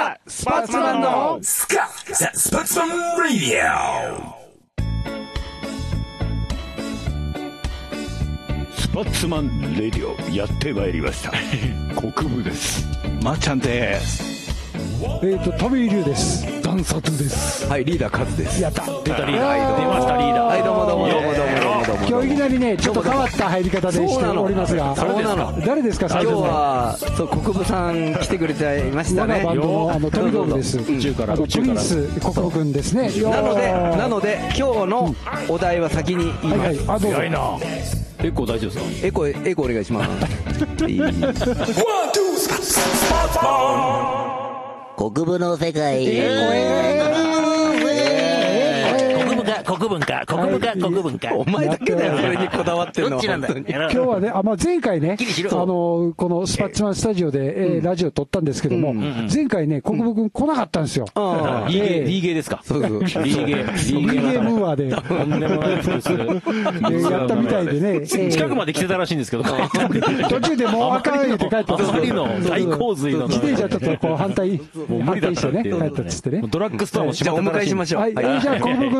パーツマンのスカザ・スパッツマン・ラディオスパッツマンレディオやってまいりま した国分ですまっちゃんですえっ、ー、と、トミー・リュウです。断殺ですはいリーダーカズですやった。出たリーダー出ましたリーダーはいどうもどうもどうもどうもどうもどうも今日いきなりね、ちょっと変わった入り方でしておりますが、そうなの誰ですか、今最日初ね。はそう国分さん来てくれちゃいました我ねがバンドのあのトミドームです。宇宙あのプリンス国保君ですね。なのでよーなので今日のお題は先に言いはいまはすい。あどうぞ。結構大丈夫ですかエコエコお願いしますいいワン・ツー・スカスパッツマン国分の世界。国分か、国分か、国分か、国分か。お前だけだよそれにこだわってんのどっちなんだ本当に今日はね、あまあ、前回ね、あきりしろのこのスパッツマンスタジオで、えーラジオ撮ったんですけども、前回ね、国分君来なかったんですよ。ああリーえゲー、ーリーゲーですかそうそうリーゲー、ミリニゲームーーワーで、ゲー。とんでもない複数。えーやったみたいでね、えー近くまで来てたらしいんですけど、途中でもうあかん言うて帰ってあまりの大洪水の自転車ちょっとこう反対、もう無反理だっ対したてってね、いう帰ったっつってね。ドラッグストアも閉じゃあまお迎ってたらえしいしましょうはい、えーじゃあ、国分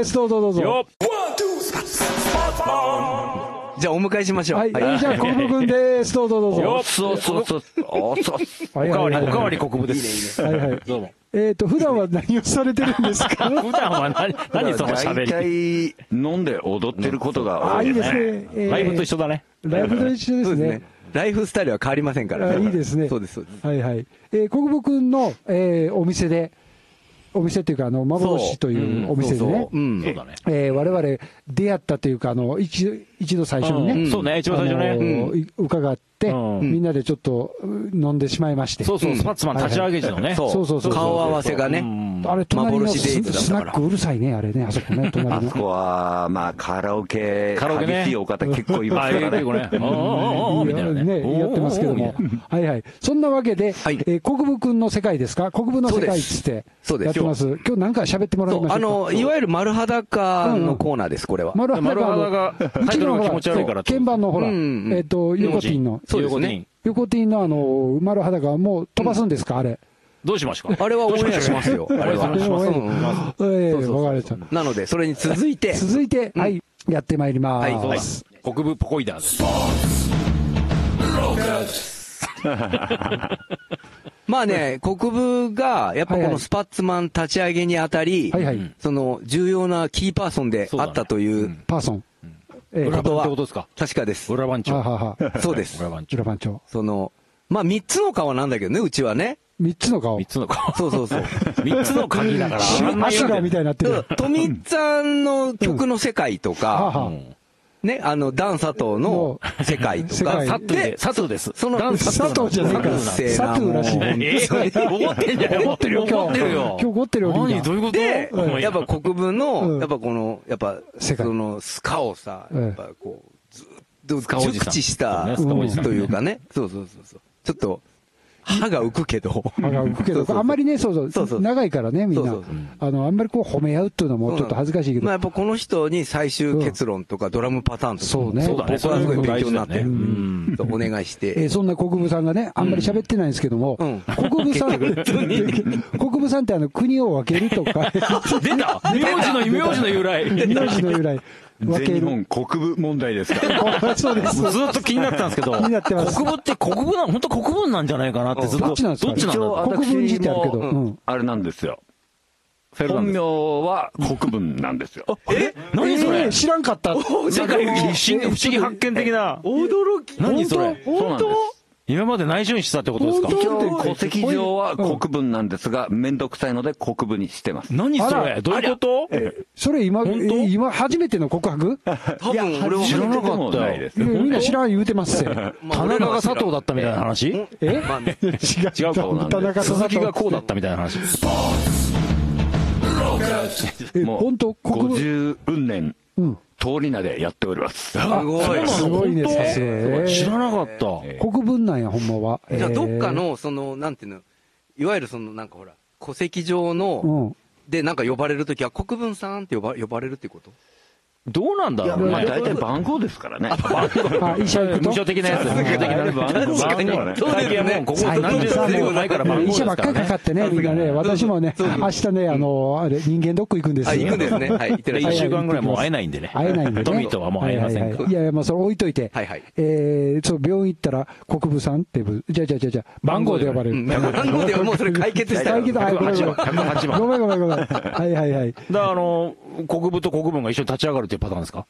君です。どうぞどうぞ。よワン・ツー・スカスパッツマンじゃあお迎えしましょうはい、えーじゃあ、国分君です。どうぞどうぞ。よそうそうそう。おそうおはいかはわいり、はいおかわり国分です。はいはい。どうも。えっと、普段は何をされてるんですか 普段は何、何その喋大体り。飲んで踊ってることがあ、多いいいでですすねね。えーライブと一緒だね。ライブと一緒でそうですすねね。ライフスタイルは変わりませんからあいいですね。そうですそうですはいはい。えー、国分君の、えーお店で、お店っていうか、あの、そう幻というお店でそうねそ。ううんそうだね。えー、我々出会ったというか、あの一一度最初にね、うんそうね一番最初ねあのーい伺って、うんみんなでちょっとう飲んでしまいまして、そうそう、スパッツマン立ち上げ時のね。そうそうそうそう顔合わせがねあれ、隣の幻デーストだったスかナらックうるさいね、あれね、あそこ ね、隣あその。こは、まあ、カラオケ、カラオケね激しいお方結構いまあ、すか ら結ね。構ね。おーおーおーおーみたいなね。ね、やってますけども、はいはい、そんなわけで、はいえー国分君の世界ですか、国分の世界っつってそうですやってます、今日なんか喋ってもらいそうましあょうかのいわゆる丸裸のコーナーですこれは丸丸裸ががタイトルが気持ち悪いからって鍵盤のほら、うんうんえっ、と、横ティンの。そうですね横ティンのあの丸裸はもう飛ばすんですか、あれ、どうしましょうかあれはオンエアしますよああれれははしますうんうんええそうそうそうわかりましたなのでそれに続いて続いて、はい、やってまいります。はいはい。国分ポコイダーです。まあね、国分が、やっぱこはいはのいスパッツマン立ち上げにあたり、はいはいその重要なキーパーソンであったというパーソン。ええこ裏と番っはてことですか、確かです。裏番あは長。はは。そうです裏。番長。裏番長。その、まあ3つの顔なんだけどね、うちはね。三つの顔三。つの顔。そうそう そう。三つの鍵だから。アシュラみたいになってるだよ。から富っちゃんの曲の世界とはか、は。ね、あの、ダン佐藤の世界と 世か、界サトゥーで、サトゥーです。そのダンサト佐ゥー藤じゃねえうかるせえな佐藤らしいもうえ ー、怒ってんじゃない怒ってるよ、今怒って日。る今よ日。怒ってるよ、リー何ダどうー。いうことで、うんやっぱ国分うの、んやっぱこの、やっぱ、世界その、スカをさ、うんやっぱこう、ずっとカおじさん熟知した、そうねスカおじさんというかね、そうそうそうそう。ちょっと、歯が浮くけど。歯が浮くけど、あんまりね、そうそうそ、そうう長いからね、みんなそうそうそう。あの、あんまりこう褒め合うっていうのそうもなのちょっと恥ずかしいけまあやどっ。ぱこの人に最終結論とかドラムパターンとか。そうねそうだね僕はすごい勉強になってるうんで。そうお願いしえーて。そんな国分さんがね、あんまり喋ってないんですけども、うん国分さん、国分さんってあの国を分けるとか、出た名字の、名字の由来。名字の由来、分全け日る。本国部問題です から。そうです。ずっと気になってたんですけど。気になってます国語って国語なの本当国語なんじゃないかなってずっと。どっちなんですかどっちなんだろう一応国分寺ってあるけど、私うん。あれなんですよ。ルなん本です名は国分なんですよ。え何そえれー知らんかった。世界不思議発見的な。驚き何それそうなんです。今まで内緒にしてたってことですか本一当応、戸籍上はうん国分なんですが、めんどくさいので国分にしてます。何そあれらどういうことそれ今、え本当ー今、初めての告白多分俺は知らなかっなたいよで。いやみんな知らん言うてますぜ。まあ田俺ら中はが知ら佐ん藤だったみたいな話えまあね違違う顔なんで田中鈴鈴木木ががこうだったみたいな話。もう、本当国分、 50年、うん。通り名でやっております。すごい。すごいね、本当さすがえ知ーらなかった。国分なんや、ほんまは。じゃあえーどっか、の、その、なんていうの、いわゆるその、なんかほら、戸籍上の、うん。で、なんか呼ばれるときは、国分さんって呼ば呼ばれるってことどうなんだいや、ろうまあ、ね。大体番号ですからね。あ医者行く無と償的なやつ。無償的なやつ。確かに番号そうですね最近はもうここ何十年前から番号医です者ばかっかりからかね。ってね、みんなね、私もね、そうそう明日ね、あの、あれ、人間ドック行くんですあ、よ。行くんですね。はい、行ってらっしゃ1い。週間ぐらいもう会えないんでね。会えないんでね。トミーとはもう会えませはんいはいから。はいいやいや、まあ、それ置いといて。はいはいえー、そう、病院行ったら、国分さんってぶ、じゃあじゃあじゃあじゃあ番号で呼ばれうんる。番号でも うそれ解決した解決、はい、ごめんごめん108番ごめんごめんごめん。はいは いはい。だから、あの、国部と国分が一緒に立ち上がるっていうパターンですか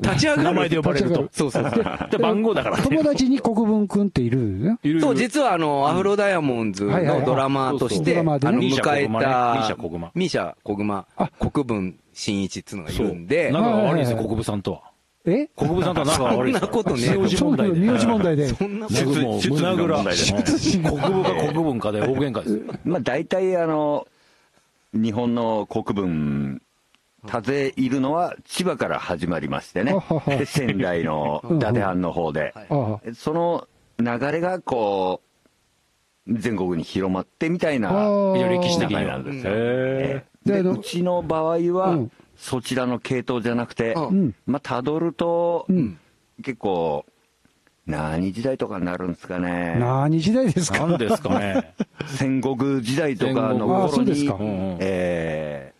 立ち上がる。名前で呼ばれると。そうそうそう。で、番号だからね。友達に国分くんっているんだよね。そう、実はあの、アフロダイヤモンズはいはいはのいドラマーとしそうそて、うドラあマの、ーでね迎えミーシたャコグマね、ミシャ・コグマ、国分新一っていうのがいるんで、仲が悪いんですはいよ、はいはい国分さんとは。え国分さんとは仲が悪いですから。そんなことねえと名字問題で。名字問題で。そんなこねとも う胸ぐら。出自国分か国分かで大喧嘩ですよ。まあ、大体、あの、日本の国分、多勢いるのは千葉から始まりましてねはは、はで仙台の伊達藩の方で、あその流れがこう、全国に広まってみたいあ。な、ああ非常に歴史的流にれはなん。ですよ。へでであのうちの場合うはん、そちらの系統じゃなくてう、んまあ、たどるとん、結構、何時代とかになるんですかね、何時代ですえ。かなんですかね。戦国時代とかのああ、そう頃ですにか。、うんうんえ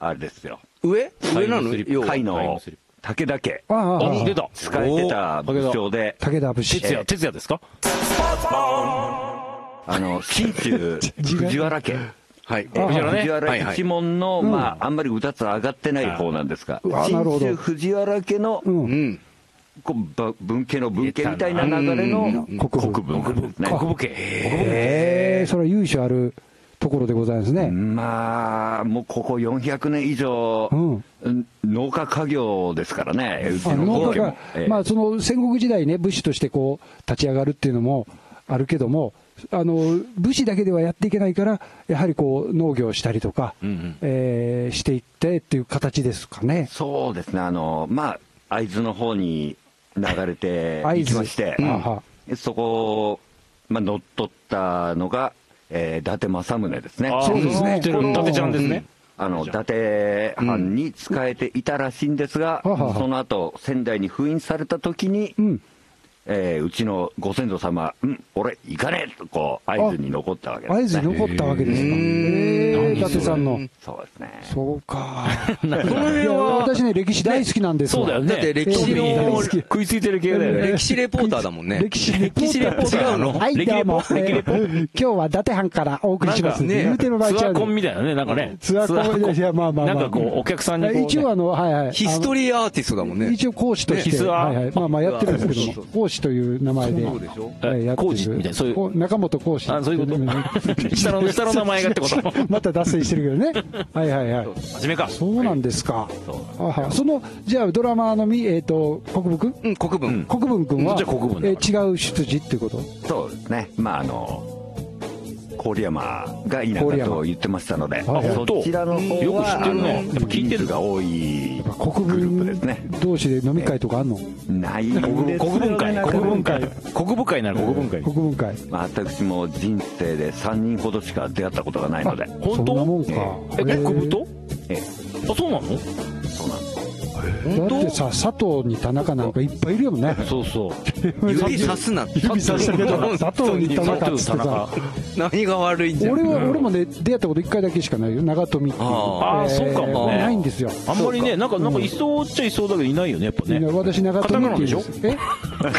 ー、あれですよ、上上なの要は甲甲斐斐ののスリッ武田家、ああ、ああ、あ出た。使えてたおー武将で、武田武士。 哲也、哲也ですかあの、信 州藤原家。はい。えー藤原ね藤は原いはい一門の、まあ、あんまりうたつ上がってない方なんですがう、わなるほ信ど州藤原家の、うんうん。こうば文系の文系みたいな流れの国分国分なんですね。国分家。ええ、それは由緒あるところでございますね。まあ、もうここ400年以上、うん農家家業ですからね、うちあの農農家家がも、ええまあ、その戦国時代ね、武士としてこう立ち上がるっていうのもあるけども、あの武士だけではやっていけないから、やはりこう農業したりとか、えーしていってっていう形ですかね。そうですね、あのまあ、会津の方に流れて 会い津きまして、あはでそこを、まあ、乗っ取ったのが、えー伊達政宗ですね。そうですね来てる伊達ちゃんですね。あの伊達藩に仕えていたらしいんですが、うんはははその後仙台に封印された時に、うん、えーうちのご先祖様、うん、俺、行かねえとこう、合図に残ったわけ会です津ね。に残ったわけですか。えー、伊達さんの。そうですね。そうか。このい辺や、は、私ね、歴史大好きなんですそうだよね。だって歴史のトミー食いついてる系だよね。歴史レポーターだもんね。歴史レポーター歴史レポーター違うのはい、歴どうレポも。え歴レポー今日は伊達藩からお送りします。なんかね言うてる場合ツちゃアうーコンねみたいなね、なんかね。ツアーコンツいやまあまあまあなんかこう、お客さんにこう、ね。一応あの、はいはい。ヒストリーアーティストだもんね。一応講師として、ね必須ははいはい、まあまあやってるんですけども、講師という名前で、はい、やってる講師みたいなそういうこ中本講師。あそういうこと 下の下の名前がってことまた脱線してるけどね。はいはいはい。真面目か。そうなんですか。あはその、じゃあドラマのみ、えっ、と、国分君うん、国分。国分君は、じゃあ国分だえー違う出自っていうことそうですね。まあ、あの、郡山がいいな郡と山言ってましたので、本当そちらの方は、よく知ってるねあのやっぱ聞いてる人数が多い国グループですね分。同士で飲み会とかあんのないんですよ ね国文会。なかなか国文会。国部会なら国文会。国分会。まあ私も人生で3人ほどしか出会ったことがないので、そ本んなもん当か。え、へー国部とええあ、そうなのだってさ、佐藤に田中なんかいっぱいいるよね。そうそう。指さすなって。指さして るから佐藤に田中っつってさ何が悪いんじゃん。俺は俺もね出会ったこと一回だけしかないよ長富っていうあーえーそうかもねないんですよあんまりね、なんか、なんかいそうっちゃいそうだけどいないよね、やっぱね。私長富っていカうタえ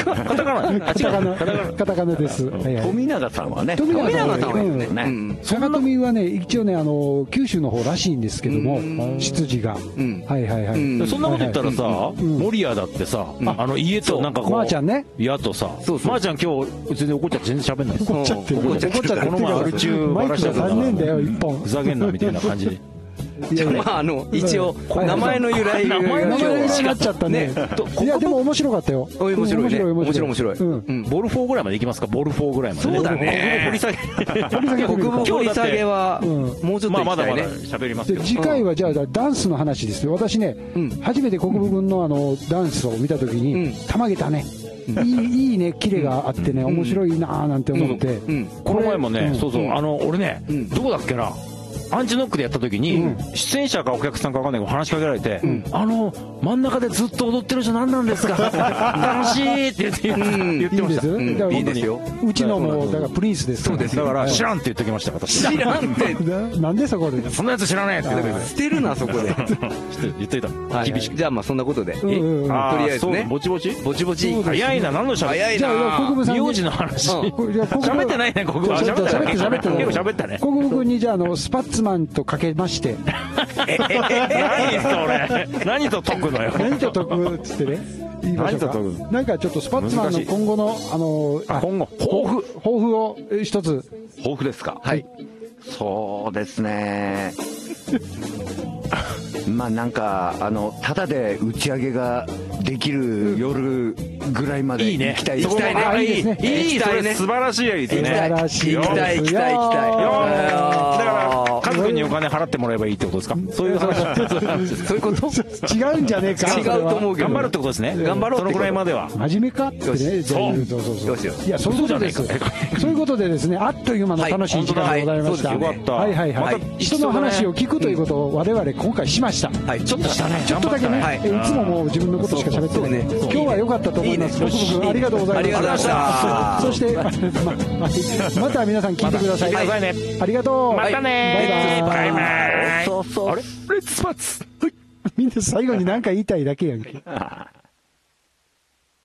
カタ カカナ。タカナカタカナですはいはい富永さんはね、富永富さん永はさんはうんね。ねうん。長富はね一応ねあの九州の方らしいんですけども出自がんはいはいはういん。そんなこと言ったらさ、守谷だってさ、あの家となんかこう、まーちゃんね家とさ、まそうそうーちゃん今日、全然怒っちゃって全然喋んないです怒っちゃってる怒っちゃってるこの前アル中マバイラクしちゃがった残念だよ一ふ本ざけんなみたいな感じで。いやいまやあ、あの、一応、はい名前の由来が名前名の由前来に今な日っちゃったねといやでも面白かったよお面白いね。うん面白い面白い。うんうんボルフォーぐらいまで行きますか、ボルフォーぐらいまで、そうだね 掘り下げ。掘り下げてみるか国分掘り下げは、うんもうちょっとまあ、行まきだたいまね。だ喋りますけでど。次回はじゃあダンスの話ですよ私ね、うん初めて国分君のあのダンスを見た時に、うたまげたね、いいいいねキレがあってね、面白いなーなんて思って、うんうんこの前もね、うんそうそう、あの、俺ね、んどこだっけな、アンチノックでやった時に、出演者かお客さんか分かんないけど話しかけられて、あの、真ん中でずっと踊ってる人何なんですか 楽しいって言って言っていまいでした。すよ、だからいいですようちのも、だからプリンスですから。そうですだよから、知はらんって言ってきました、私。知らんって。いなんでそこで。そんなやつ知らねえって言って捨てるな、そこで。言ってた。厳しく。じゃあまあそんなことで。うんうんうんあーとりあえずねそうぼちぼちぼちぼち。早いな、何のしゃべ早いな。じゃあ国分さんに名字の話。 うんじゃあ国分喋ってないね、国分。あじゃあ喋ったね。喋喋っってたないね。結構喋 ったね。国分君にじゃああのスパッツマンとかけまして何それ。何と解くのよ。 何と解くっつってね言いましょうか何と解なんかちょっとスパッツマンの今後のあのあ今後抱負抱負をえ一つ豊富ですかはいそうですね まあなんかあのただで打ち上げができる夜ぐらいまでいいね。行きたいそこも行きたいねあいいいですいねいい行きそたいねれ素晴らしいやりです素ね。晴ら行しいきたい行きたい行きたい。よーだから、あ家族にお金払ってもらえばいいってことですかそういう話。ーそういうこと違うんじゃねえか違うと思うけど。頑張るってことですね。頑張ろうってことそのくらいまでは。真面目かってねじゃあ言うとそうそうよしよしいやそういうことです嘘じゃねえそういうことでですねあっという間の楽しい時間でございましたはい本当だはいそうですよはいよかったはいはいまた人の話を聞くということを我々今回しましたはい、ちょっとしたね。ちょっとだけね、はいい、つももう自分のことしか喋ってない、そうそうそうね今日は良かったと思います。いいねごくごくありがとうございまありがとうございました そして、ま、また皆さん聞いてください。また聞いてくだありがとう。またバイねバイ。バイバイそうそうあれレッツパッツみんな最後に何か言いたいだけやんけ。あ